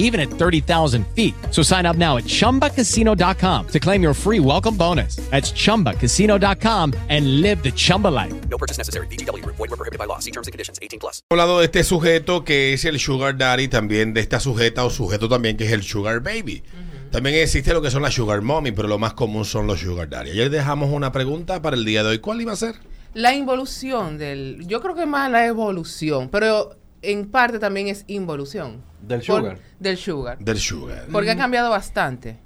even at 30,000 feet. So sign up now at ChumbaCasino.com to claim your free welcome bonus. That's ChumbaCasino.com and live the Chumba life. No purchase necessary. BGW. Void were prohibited by law. See terms and conditions. 18 plus. Hemos hablado de este sujeto que es el sugar daddy, también de esta sujeta o sujeto también que es el sugar baby. También existe lo que son las sugar mommy, pero lo más común son los sugar daddy. Ayer dejamos una pregunta para el día de hoy. ¿Cuál iba a ser? La involución del. Yo creo que más la evolución, pero en parte también es involución. Del Por- sugar. del sugar. Del sugar. Porque ha cambiado bastante.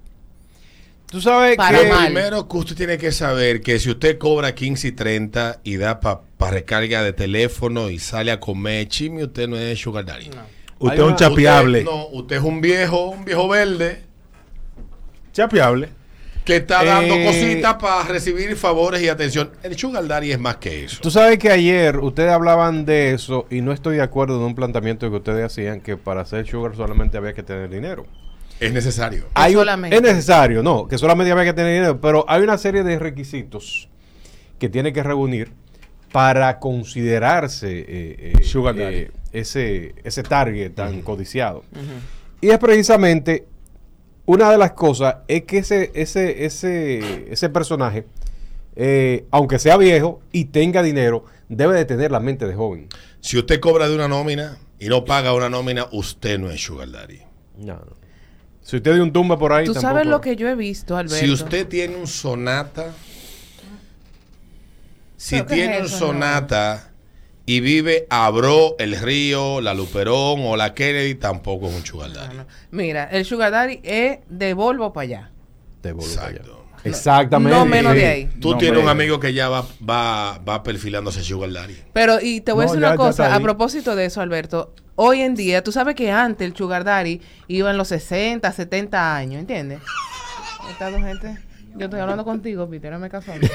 Tú sabes Para que Lo mal. Primero que usted tiene que saber que si usted cobra 15 y 30 y da para recarga de teléfono y sale a comer chisme, usted no es sugar daddy. Hay Usted es una- un chapeable. Usted- no, usted es un viejo, un viejo verde Chapeable. que está dando Eh. cositas para recibir favores y atención. El sugar daddy es más que eso. tú sabes que ayer ustedes hablaban de eso y no estoy de acuerdo de un planteamiento que ustedes hacían que para hacer sugar solamente había que tener dinero. Es necesario. Hay un- solamente. es necesario, no, que solamente había que tener dinero, pero hay una serie de requisitos que tiene que reunir para considerarse eh, eh, Sugar daddy. eh, ese, ese target tan codiciado. Y es precisamente una de las cosas es que ese, ese, ese, ese personaje, eh, aunque sea viejo y tenga dinero, debe de tener la mente de joven. Si usted cobra de una nómina y no paga una nómina, usted no es sugar daddy. No, no. Si usted dio un tumba por ahí, Tú tampoco- sabes lo que yo he visto, Alberto. Si usted tiene un sonata, si Pero, ¿qué tiene es un eso, no? sonata y vive a Bro, el Río, la Luperón o la Kennedy, tampoco es un sugar daddy. Mira, el sugar daddy es de Volvo para allá. Te vuelvo para allá. Exacto. Exactamente. No menos Sí. de ahí. Tú No, tienes un hombre. amigo que ya va, va, va perfilándose sugar daddy. Pero, y te voy a No, decir ya- una ya está cosa, a ahí. propósito de eso, Alberto. Hoy en día, tú sabes que antes el sugar daddy iba en los 60, 70 años, ¿entiendes? Estas dos gente... Yo estoy hablando contigo, Peter, no me caso a mí.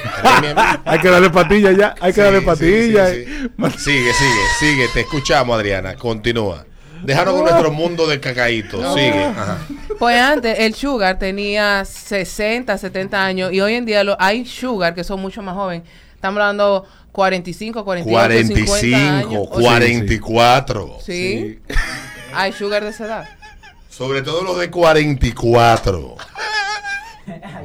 Hay que darle patilla ya. Hay que darle Sí, patilla. sí, sí, sí. Sigue, sigue, sigue. Te escuchamos, Adriana. Continúa. Déjanos con nuestro mundo de cacaíto. Sigue. Ajá. Pues antes el sugar tenía 60, 70 años y hoy en día lo- hay sugar que son mucho más jóvenes. Estamos hablando 45, 48, 50 años. 45, O sea, 44. Sí. Hay sugar de esa edad. Sobre todo los de 44.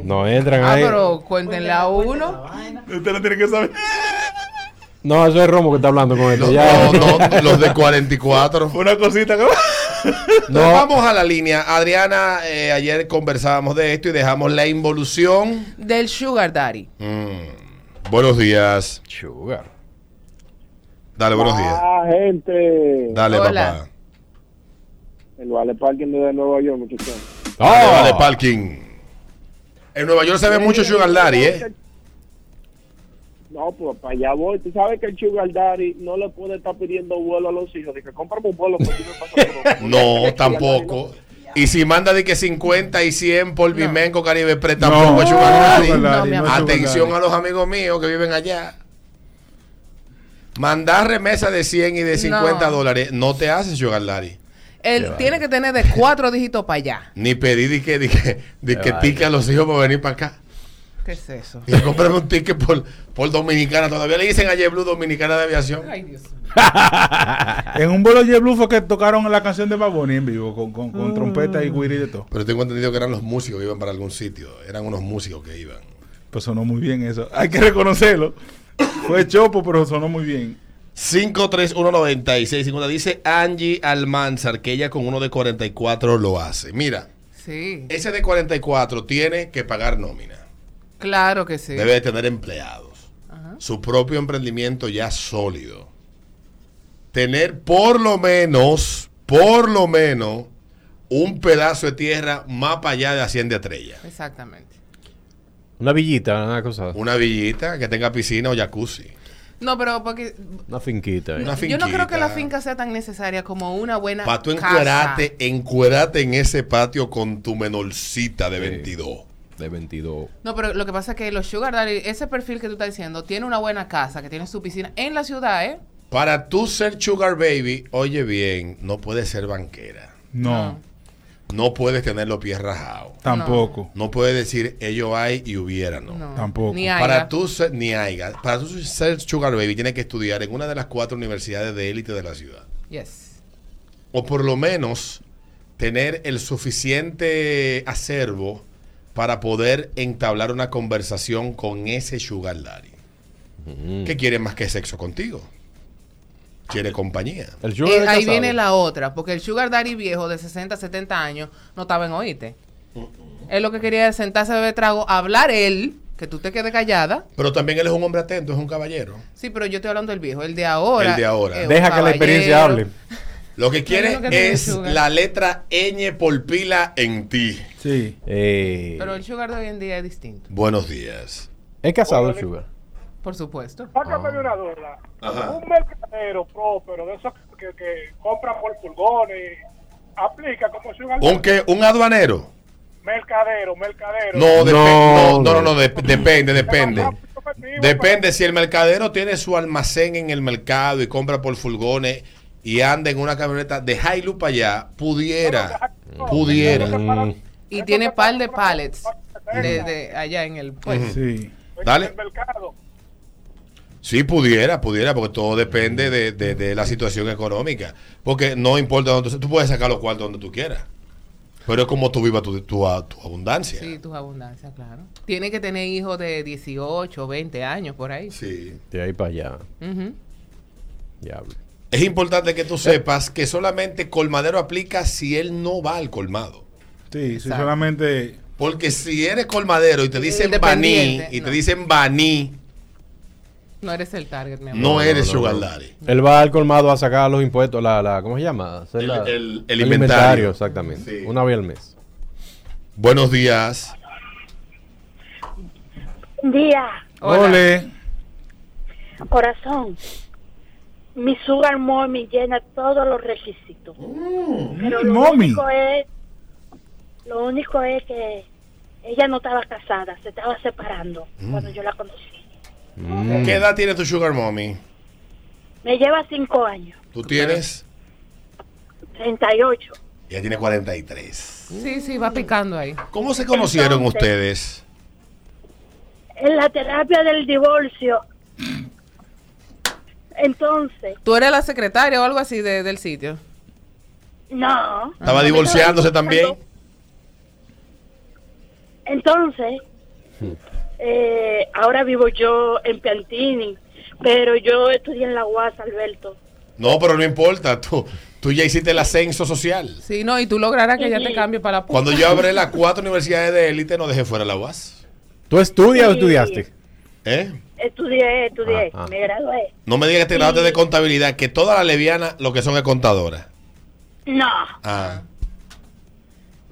No entran Ah, ahí. pero cuéntenle a uno. Usted no tiene que saber. No, eso es Romo que está hablando con esto. Los, Ya. no, no, los de 44. Una cosita. que- No. Nos Vamos a la línea. Adriana, eh, ayer conversábamos de esto y dejamos la involución. Del sugar daddy. Buenos días. Sugar. Dale, buenos días. Ah, gente. Dale, Hola. papá. El Vale Parking de Nueva York, muchachos. Ah. Oh, Dale, Ah, Vale, parking. En Nueva York se ve mucho Sugar Daddy, ¿eh? No, pues para allá voy. Tú sabes que el Sugar Daddy no le puede estar pidiendo vuelo a los hijos. Dice, cómprame un vuelo. porque yo me paso por- No, tampoco. Y si manda de que 50 y 100 por Bimenco Caribe Pre, tampoco No, es Sugar Daddy. Sugar No, daddy, mi amor. no es sugar Atención daddy. a los amigos míos que viven allá. Mandar remesa de 100 y de 50 No. dólares no te hace sugar daddy. Él tiene que tener de cuatro dígitos para allá. Ni pedir di que, di que, di que ticket a los hijos para venir para acá. ¿Qué es eso? Y comprarme un ticket por, por Dominicana. Todavía le dicen ayer Blue Dominicana de Aviación. Ay, Dios mío. En un vuelo de Blue fue que tocaron la canción de Baboni en vivo con, con, con trompeta y guiri y de todo. Pero tengo entendido que eran los músicos que iban para algún sitio. Eran unos músicos que iban. Pues sonó muy bien eso. Hay que reconocerlo. Fue chopo, pero sonó muy bien. 5319650 dice Angie Almanzar que ella con uno de 44 lo hace. Mira, Sí. ese de 44 tiene que pagar nómina. Claro que sí. Debe de tener empleados. Su propio emprendimiento ya sólido. tener por lo menos, por lo menos, un pedazo de tierra más para allá de Hacienda Estrella. Exactamente. Una villita, una cosa. Una villita que tenga piscina o jacuzzi. No, pero porque Una finquita. eh. Una yo no creo que la finquita. finca sea tan necesaria como una buena Para tú casa. encuerarte, encuerarte en ese patio con tu menorcita de 22. De 22. No, pero lo que pasa es que los sugar daddy, ese perfil que tú estás diciendo, tiene una buena casa, que tiene su piscina en la ciudad, ¿eh? Para tú ser sugar baby, oye bien, no puedes ser banquera. No, No puedes tener los pies rajados. tampoco. No puedes decir ello hay y hubiera, no. No. Tampoco. Ni Para haya. tú ser, ni haya. Para tú ser sugar baby tienes que estudiar en una de las cuatro universidades de élite de la ciudad. Yes. O por lo menos tener el suficiente acervo para poder entablar una conversación con ese sugar daddy. Que quiere más que sexo contigo. Quiere compañía. El sugar Eh, es ahí casado. viene la otra, porque el sugar daddy viejo de 60, 70 años no estaba en oíste. Él lo que quería era sentarse a beber trago, hablar él, que tú te quedes callada. Pero también él es un hombre atento, es un caballero. Sí, pero yo estoy hablando del viejo, el de ahora. El de ahora. es un Deja que la experiencia hable. caballero. Lo que quiere Yo creo que es tiene sugar. la letra ñ por pila en ti. Sí. Eh, Pero el sugar de hoy en día es distinto, Buenos días. ¿Es casado el sugar? por supuesto. Ah. Sácame una duda. Ajá. Un mercadero próspero de esos que, que compra por pulgones, aplica como sugar ¿Un qué? ¿Un aduanero? mercadero, mercadero. No, depe- No. no, no, no, no, dep- depende, depende. Más prospectivo, Depende si el mercadero tiene su almacén en el mercado y compra por furgones y anda en una camioneta de Hilux para allá, pudiera, No, no, pudiera. no, no, no. Y Eso tiene que par de compra pallets por de, mercadero, de allá en el pueblo. Sí. en Dale. el mercado. Sí, pudiera, pudiera, porque todo depende de, de- de la situación económica. Porque no importa donde tú, tú puedes sacar los cuartos donde tú quieras. Pero es como tú vivas tu, tu- tu abundancia. Sí, tus abundancias, claro. Tiene que tener hijos de 18, 20 años por ahí. Sí. De ahí para allá. Ujú. Diablo. Es importante que tú sepas que solamente colmadero aplica si él no va al colmado. Sí, sí, Exacto. solamente. Porque si eres colmadero y te dicen baní, Independiente, y te no. dicen baní, No eres el target, mi amor. no eres no, sugar no. daddy. Él va al colmado a sacar los impuestos, la, la ¿cómo se llama? Hacer El- la- el- el inventario. exactamente. Sí. Una vez al mes. Buenos días. Buen día, Hola. Ole. corazón. Mi sugar mommy llena todos los requisitos. Mm, Pero lo Mommy. único es, lo único es que ella no estaba casada, se estaba separando cuando yo la conocí. ¿Qué edad tiene tu sugar mommy? Me lleva cinco años, Tú tienes... 38. Ella tiene 43. Sí, sí, va picando ahí. ¿Cómo se conocieron Entonces- ustedes? En la terapia del divorcio. Entonces, ¿Tú eres la secretaria o algo así de- del sitio? no. ¿Estaba divorciándose también? Entonces, Hmm. eh, ahora vivo yo en Piantini, pero yo estudié en la UAS, Alberto. No, pero no importa. Tú, tú ya hiciste el ascenso social. Sí, no, y tú lograrás que ella te Sí. cambie para la Cuando yo abrí las cuatro universidades de élite, no dejé fuera la UAS. ¿Tú estudias o Sí. estudiaste? ¿Eh? Estudié, estudié, Ah, ah. me gradué. No me digas que te graduaste de contabilidad, que todas las levianas lo que son es contadoras. No, Ah.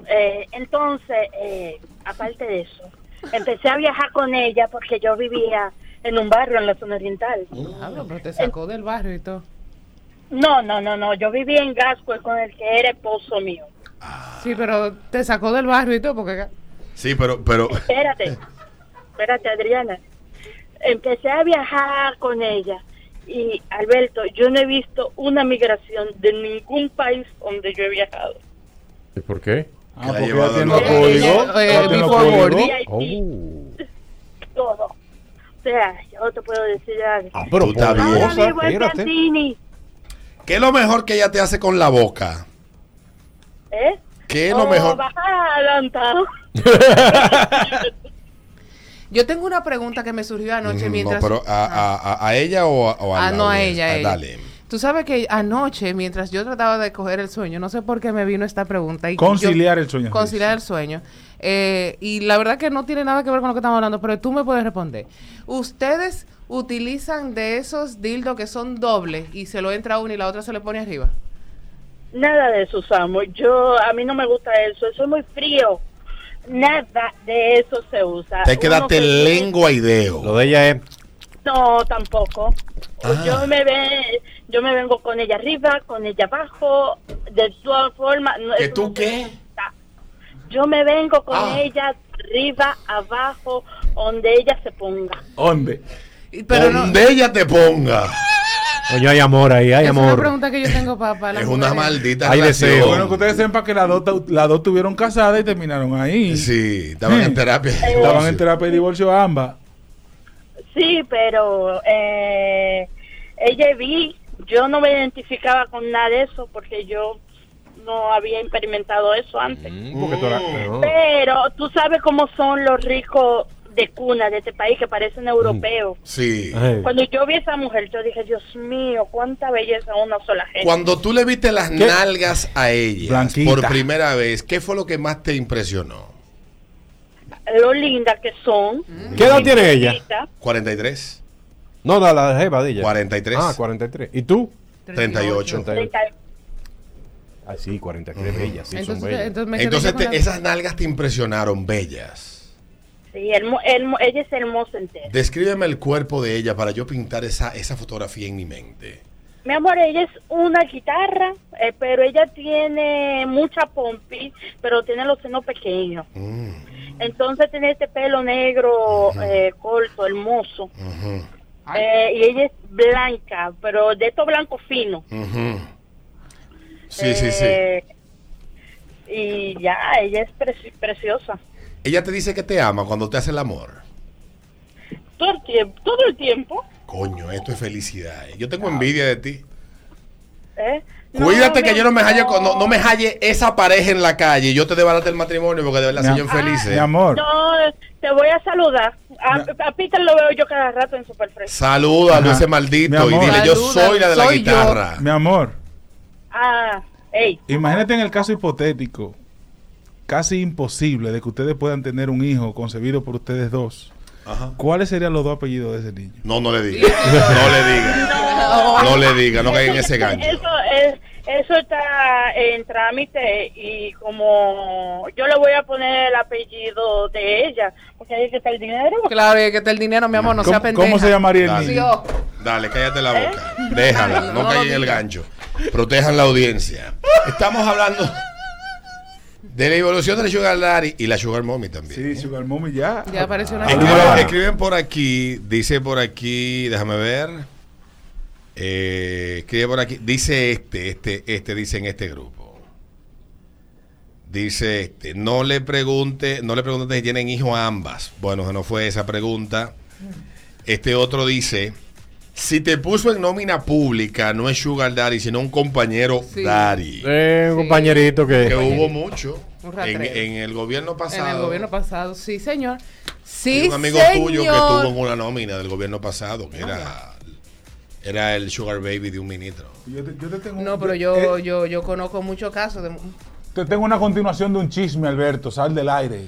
eh, entonces, eh, aparte de eso, empecé a viajar con ella porque yo vivía en un barrio en la zona oriental. ¿Mm? Diablo, Ah, pero te sacó del barrio y todo. No, no, no, no, yo vivía en Gasco con el que era esposo mío. Sí, pero te sacó del barrio y todo porque... Ah. Sí, pero, pero. Espérate, espérate, Adriana. Empecé a viajar con ella y Alberto, yo no he visto una migración de ningún país donde yo he viajado. ¿Y por qué? la Ah, porque llevaba ella tiene loca. los códigos. Eh, ella tiene los before códigos. boarding. Oh. VIP, Oh. todo. O sea, yo te puedo decir algo. Ah, pero Tú estás por bien. Ahora Dios, vivo en espérate. Piantini, ¿Qué es lo mejor que ella te hace con la boca? ¿eh? ¿Qué es lo O Oh, mejor? bajar adelantado. Yo tengo una pregunta que me surgió anoche Mm, mientras... No, pero a, a- a- a ella o a, o a Ah, la no a audiencia? ella, a Ah, ella. Dale. Tú sabes que anoche, mientras yo trataba de coger el sueño, no sé por qué me vino esta pregunta. Y Conciliar yo- el sueño. Conciliar el sueño. Eh, y la verdad que no tiene nada que ver con lo que estamos hablando, pero tú me puedes responder. ¿Ustedes utilizan de esos dildos que son dobles y se lo entra uno y la otra se le pone arriba? Nada de eso usamos. Yo, a mí no me gusta eso. Eso es muy frío. Nada de eso se Ah, usa. Te quedaste Uno que- lengua y dedo. Lo de ella es. No, tampoco. Ah. Yo me ve, yo me vengo con ella arriba, con ella abajo, de todas formas. no, ¿Que eso tú no qué? se usa. Yo me vengo con Ah. ella arriba, abajo, donde ella se ponga. ¿Dónde? Y- Pero no, Donde ella te ponga. Coño, hay amor ahí, hay es una amor. pregunta que yo tengo para, Es una maldita Hay relación. deseo. Bueno, que ustedes sepan que las dos, ta- las dos tuvieron casadas y terminaron ahí. Sí, estaban en terapia. Hmm. Estaban en terapia de divorcio ambas. Sí, pero eh, ella vi, yo no me identificaba con nada de eso porque yo no había experimentado eso antes. Mm. Porque tú eras- no. Pero tú sabes cómo son los ricos de cuna de este país que Mm. parecen europeos. Sí. Ay. Cuando yo vi a esa mujer, yo dije, Dios mío, cuánta belleza en una sola gente. Cuando tú le viste las nalgas a ella Blanquita. por primera vez, ¿qué fue lo que más te impresionó? Lo lindas que son. ¿Qué edad tiene ella? lindas. 43, No, la, la jeva de ella. 43. Ah, 43. ¿Y tú? 38. Treinta- Ah, sí, 43 bellas, sí, son Entonces, bellas. entonces me quedé Entonces yo te- con la- esas nalgas te impresionaron bellas. Sí, hermo- hermo- ella es hermosa entera. Descríbeme el cuerpo de ella para yo pintar esa, esa fotografía en mi mente. Mi amor, ella es una guitarra, eh, pero ella tiene mucha pompi, pero tiene los senos pequeños. Mm, Entonces tiene este pelo negro eh, corto, hermoso. ujú, Eh, y ella es blanca, pero de estos blancos finos. ujú. Sí, sí, sí. Eh, Y ya, ella es preci- preciosa. Ella te dice que te ama cuando te hace el amor. Todo el tiempo. Todo el tiempo Coño, esto es felicidad. eh. Yo tengo envidia de ti. ¿eh? Cuídate mi que yo no me halle, amor. con- no, no me halle esa pareja en la calle y yo te debarate el matrimonio porque de verdad soy yo infeliz. Mi eh. amor. No, te voy a saludar. A, a Peter lo veo yo cada rato en Superfresh. Salúdalo a Ajá. ese maldito Mi y amor. dile, yo Salúdalo, soy la de la soy yo. guitarra. Mi amor. Ah, ey. Imagínate en el caso hipotético, casi imposible, de que ustedes puedan tener un hijo concebido por ustedes dos. Ajá. ¿Cuáles serían los dos apellidos de ese niño? No, no le diga. No le diga. No le diga, no caiga en ese gancho. Eso, es- eso está en trámite y como yo le voy a poner el apellido de ella, porque ahí que está el dinero. Claro, y que está el dinero, mi amor, no sea ¿Cómo, pendeja. cómo se llamaría el Dale. niño? Dios. Dale, cállate la boca. Déjala, no ¿Eh? No caiga lo en el diga. gancho. Protejan la audiencia. Estamos hablando de la evolución del Sugar Daddy y la Sugar Mommy también. Sí, Sugar Mommy ya. Ya apareció una Escriben, Ah. escriben por aquí, dice por aquí, déjame ver. Eh, escribe por aquí, dice este, este, este, dice en este grupo. Dice este, no le pregunte, no le pregunte si tienen hijos a ambas. Bueno, no fue esa pregunta. Este otro dice, si te puso en nómina pública, no es Sugar Daddy, sino un compañero Sí. Daddy. Eh, un compañerito Que que. hubo mucho Un en, rastrero. en el gobierno pasado. En el gobierno pasado, sí, señor. Hay Sí, un amigo señor. tuyo que estuvo en una nómina del gobierno pasado, que era, era el sugar baby de un ministro. Yo te, yo te tengo un- No, pero yo, eh, yo, yo conozco muchos casos de... te tengo una continuación de un chisme, Alberto. Sal del aire.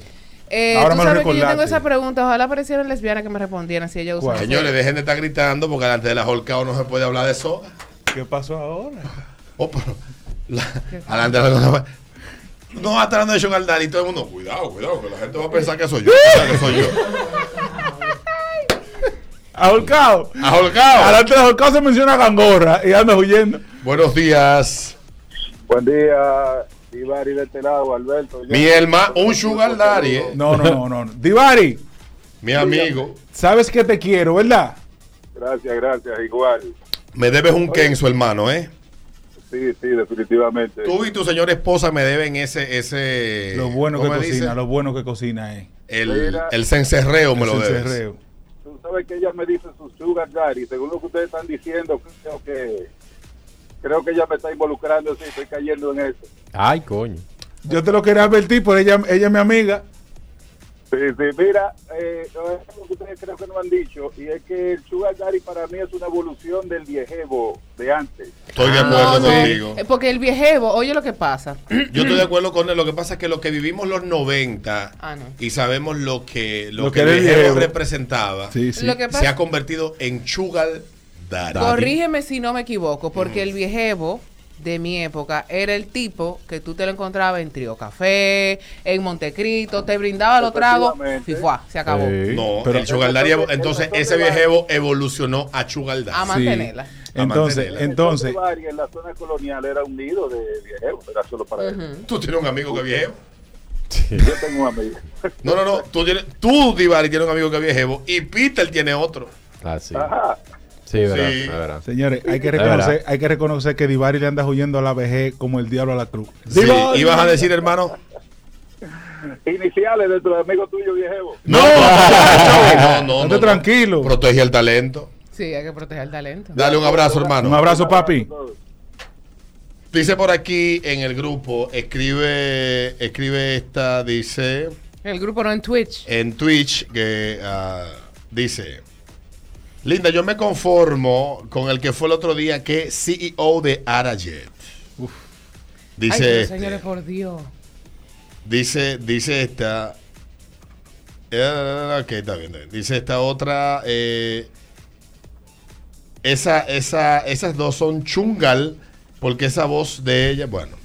Eh, tú Ahora me lo sabes que yo tengo recordaste. esa pregunta. Ojalá aparecieran lesbianas que me respondieran si ella usa. ¿Cuál? Señores, dejen de estar gritando porque delante de la Holcao no se puede hablar de soga. ¿Qué pasó ahora? Oh, pero la- adelante de la- No va a estar hablando de sugar daddy y todo el mundo, cuidado, cuidado, que la gente va a pensar que soy yo, pensar que soy yo. Ahorcado. ¡A Holcao! Adelante de Ahorcado se menciona a Gangorra y anda huyendo. Buenos días. Buen día, Ibar y de este lado, Alberto. Mi hermano, un sugar daddy, eh, No, no, no, no. no. Divari, mi amigo. sabes que te quiero, ¿verdad? Gracias, gracias, igual. Me debes un kenzo, hermano, ¿eh? Sí, sí, definitivamente. Tú y tu señora esposa me deben ese... ese Lo bueno que Eh, ¿cómo me cocina, dice? lo bueno que cocina es. El, el cencerreo me lo el debes. cerreo. Tú sabes que ellas me dicen su sugar daddy. Según lo que ustedes están diciendo, creo que creo que ella me está involucrando, sí, estoy cayendo en eso. Ay, coño. Yo te lo quería advertir, pero ella, ella es mi amiga. Sí, sí, mira, eh, es lo que ustedes creo que no han dicho, y es que el Sugar Daddy para mí es una evolución del viejevo de antes. Estoy de Ah, acuerdo no, contigo. eh, Porque el viejevo, oye lo que pasa. Yo estoy de acuerdo con él. Lo que pasa es que lo que vivimos los 90 Ah, no. y sabemos lo que lo, Lo que, que era el el género viejo. representaba, Sí, sí. Lo que se ha pasa, convertido en Sugar Daddy. corrígeme si no me equivoco, porque el viejevo de mi época era el tipo que tú te lo encontrabas en Trío Café, en Montecristo, te brindaba los tragos, Efectivamente. fifuá, se acabó. Sí. No, Pero- el Sugar Daddy, evo- El entonces montón de ese bar- viejevo evolucionó a Sugar A Daddy. Sí. mantenerla. Entonces, mantenerla. entonces, El Sugar Daddy en la zona colonial era un nido de viejevos, era solo para eso. Tú tienes un amigo que es viejevo. Yo tengo un amigo. No, no, no. Tú, tienes, tú Divari, tienes un amigo que es viejevo y Peter tiene otro. Ah, sí. Ajá. Sí, es verdad, Sí. es verdad. señores, hay que Es reconocer, verdad. hay que reconocer que Divari le anda huyendo a la vejez como el diablo a la cruz. Sí, ¿Ibas a decir, hermano? Iniciales de tu amigo tuyo viejevo. No, no, no, Estate tranquilo. Protege el talento. Sí, hay que proteger el talento. Dale un abrazo, hermano. Un abrazo, papi. Dice por aquí en el grupo, escribe, escribe esta, dice El grupo no en Twitch. en Twitch que ah, dice, Linda, yo me conformo con el que fue el otro día que es CEO de Arajet. Dice, Ay, pero, este, señores, por Dios. dice, dice esta, eh, ok, está bien, está bien. dice esta otra, eh, esa, esa, esas dos son chungal porque esa voz de ella, bueno,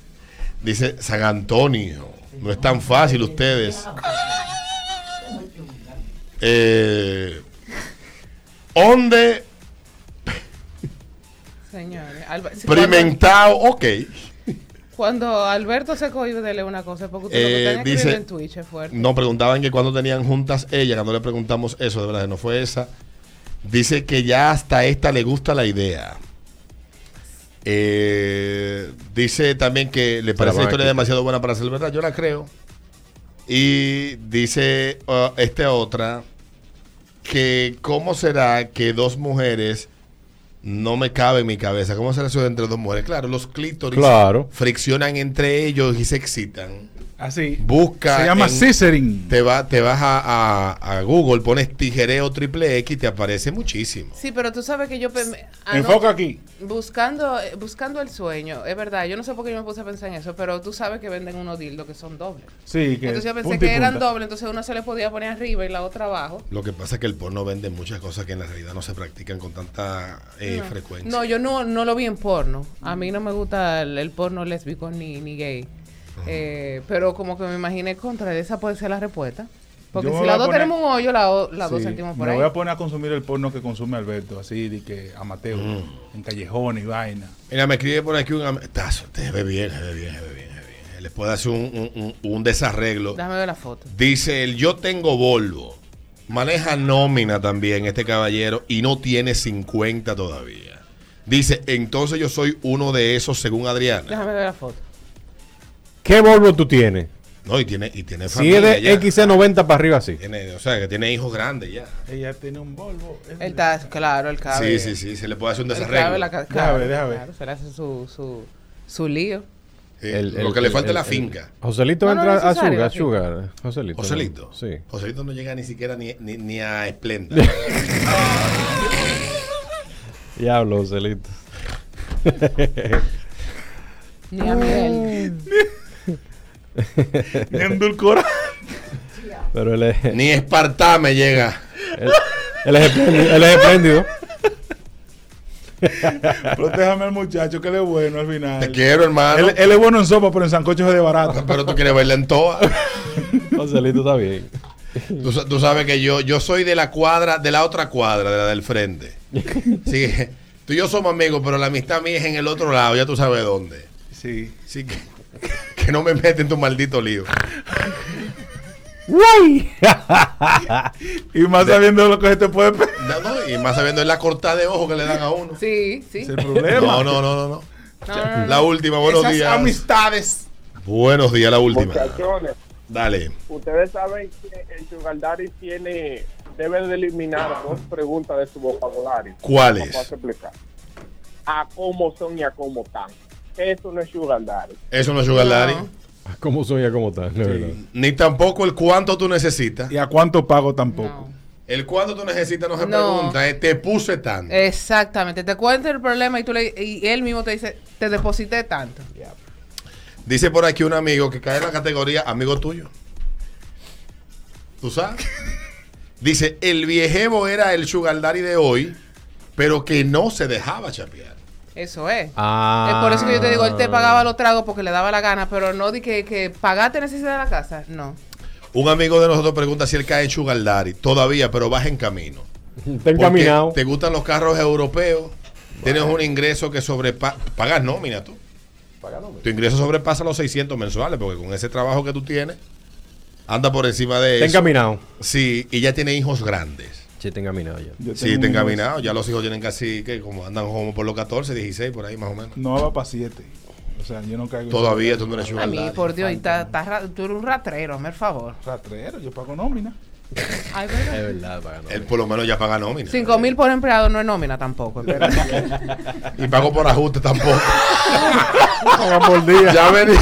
dice San Antonio, no es tan fácil ustedes. Eh, onde Señores. Alba- si cuando, primentao, ok. cuando Alberto se cohibe de leer una cosa, porque usted lo Eh, que están escribiendo dice- en Twitch es fuerte. No preguntaban que cuando tenían juntas ella, cuando le preguntamos eso, de verdad que no fue esa. Dice que ya hasta esta le gusta la idea. Eh, dice también que le parece van la a historia quitar. demasiado buena para ser verdad, yo la creo. Y dice uh, esta otra que cómo será que dos mujeres no me cabe en mi cabeza. ¿Cómo será eso entre dos mujeres? Claro, los clítoris Claro. friccionan entre ellos y se excitan. Así. Busca Se llama en- Cicerin. te, va, te vas a, a- a Google, pones tijereo triple X y te aparece muchísimo. Sí, pero tú sabes que yo pe- me- ano- Enfoca aquí. buscando eh, buscando el sueño, es verdad. Yo no sé por qué yo me puse a pensar en eso, pero tú sabes que venden unos dildos que son dobles. Sí, que Entonces yo pensé punta y que eran punta. dobles, entonces una se le podía poner arriba y la otra abajo. Lo que pasa es que el porno vende muchas cosas que en la realidad no se practican con tanta eh, frecuencia. No, yo no, no lo vi en porno. A mí no me gusta el, el porno lésbico ni, ni gay. Eh, pero como que me imaginé contra esa puede ser la respuesta. Porque Yo me si voy las a dos poner- tenemos un hoyo, las o- las dos Sí, sentimos por me ahí. voy a poner a consumir el porno que consume Alberto, así de que amateur, Mm. en callejones y vaina. Mira, me escribe por aquí un am- Tazo, te ve bien, se ve bien, se ve bien, se ve bien. Les puedo hacer un, un- un- un desarreglo. Déjame ver la foto. Dice el yo tengo Volvo. Maneja nómina también este caballero y no tiene 50 todavía. Dice, entonces yo soy uno de esos según Adriana. Déjame ver la foto. ¿Qué Volvo tú tienes? No, y tiene, y tiene Si es de ya. XC90 para arriba, sí. Tiene- o sea, que tiene hijos grandes ya. Ella tiene un Volvo. es Él verdad. está, claro, el cabe. Sí, sí, sí, se le puede hacer un Él cabe desarreglo. la ca- Déjame claro, ver, déjame ver. claro, se le hace su, su, su lío. Sí, El- lo el- que le el- falta es la el- finca. Joselito No, no entra a necesario, Sugar, a sí. Sugar. Joselito. Joselito. Sí. Joselito no llega ni siquiera ni, ni- ni a Esplenda. Diablo, Joselito. Ni a Uh. miel. Endulcorado. Pero él es, él, ni Espartame llega. él es espléndido. él es espléndido. Protéjame al muchacho, que él es bueno al Te final. quiero, hermano. Él, él es bueno en sopa, pero en sancocho es de barato. pero tú quieres verla en toa. Joselito está bien. Tú, sa- tú sabes que yo, yo soy de la cuadra, de la otra cuadra, de la del frente. Sí, tú y yo somos amigos, pero la amistad mía es en el otro lado, ya tú sabes dónde. Sí. Así que, que no me metes en tu maldito lío. Y más sabiendo lo que se te puede pedir. No, no, y más sabiendo es la cortada de ojo que le dan a uno. Sí, sí. Es el problema. No, no, no, no, no. No, no, no, La no. última, buenos Esas días. amistades. Buenos días, la última. Muchachones, Dale. ustedes saben que el Sugar Daddy tiene, debe de eliminar dos preguntas de su vocabulario. ¿Cuáles? No puedo explicar. A cómo son y a cómo están. Eso no es Sugar Daddy. Eso no es Sugar No. Daddy. Como soy, a como tal, de verdad. Ni tampoco el cuánto tú necesitas. ¿Y a cuánto pago tampoco? El cuánto tú necesitas no se No. Eh. pregunta, eh, te puse tanto. Exactamente. Te cuenta el problema y tú le, y él mismo te dice, te deposité tanto. Dice por aquí un amigo que cae en la categoría amigo tuyo. ¿Tú sabes? Dice, el viejevo era el sugar daddy de hoy, pero que no se dejaba chapear. Eso es. Ah. Es Eh, por eso que yo te digo, él te pagaba los tragos porque le daba la gana, pero no di que, que pagaste necesidad de la casa. No. Un amigo de nosotros pregunta si él cae en sugar daddy. Todavía, pero vas en camino. Está encaminado. Porque ¿Te gustan los carros europeos? Tienes un ingreso que sobrepasa... Pagas nómina tú. Tu ingreso sobrepasa los 600 mensuales, porque con ese trabajo que tú tienes, anda por encima de Está eso. encaminado. Sí, y ya tiene hijos grandes. Sí, está encaminado ya. Yo Sí, tengo está unos- encaminado. Ya los hijos tienen casi, que como andan como por los 14, 16, por ahí más o menos. No va para siete. O sea, yo no caigo. en Todavía ese tú no eres A sugar mí, daddy. por Dios, y ta- ta ra- tú eres un ratrero, hazme el favor. Rastrero, yo pago nómina. Ay, ¿verdad? Es verdad, para ganar. Él por lo menos ya paga nómina. Cinco mil por empleado no es nómina tampoco. espera. Y pago por ajuste tampoco. Pagan por día. ya vení.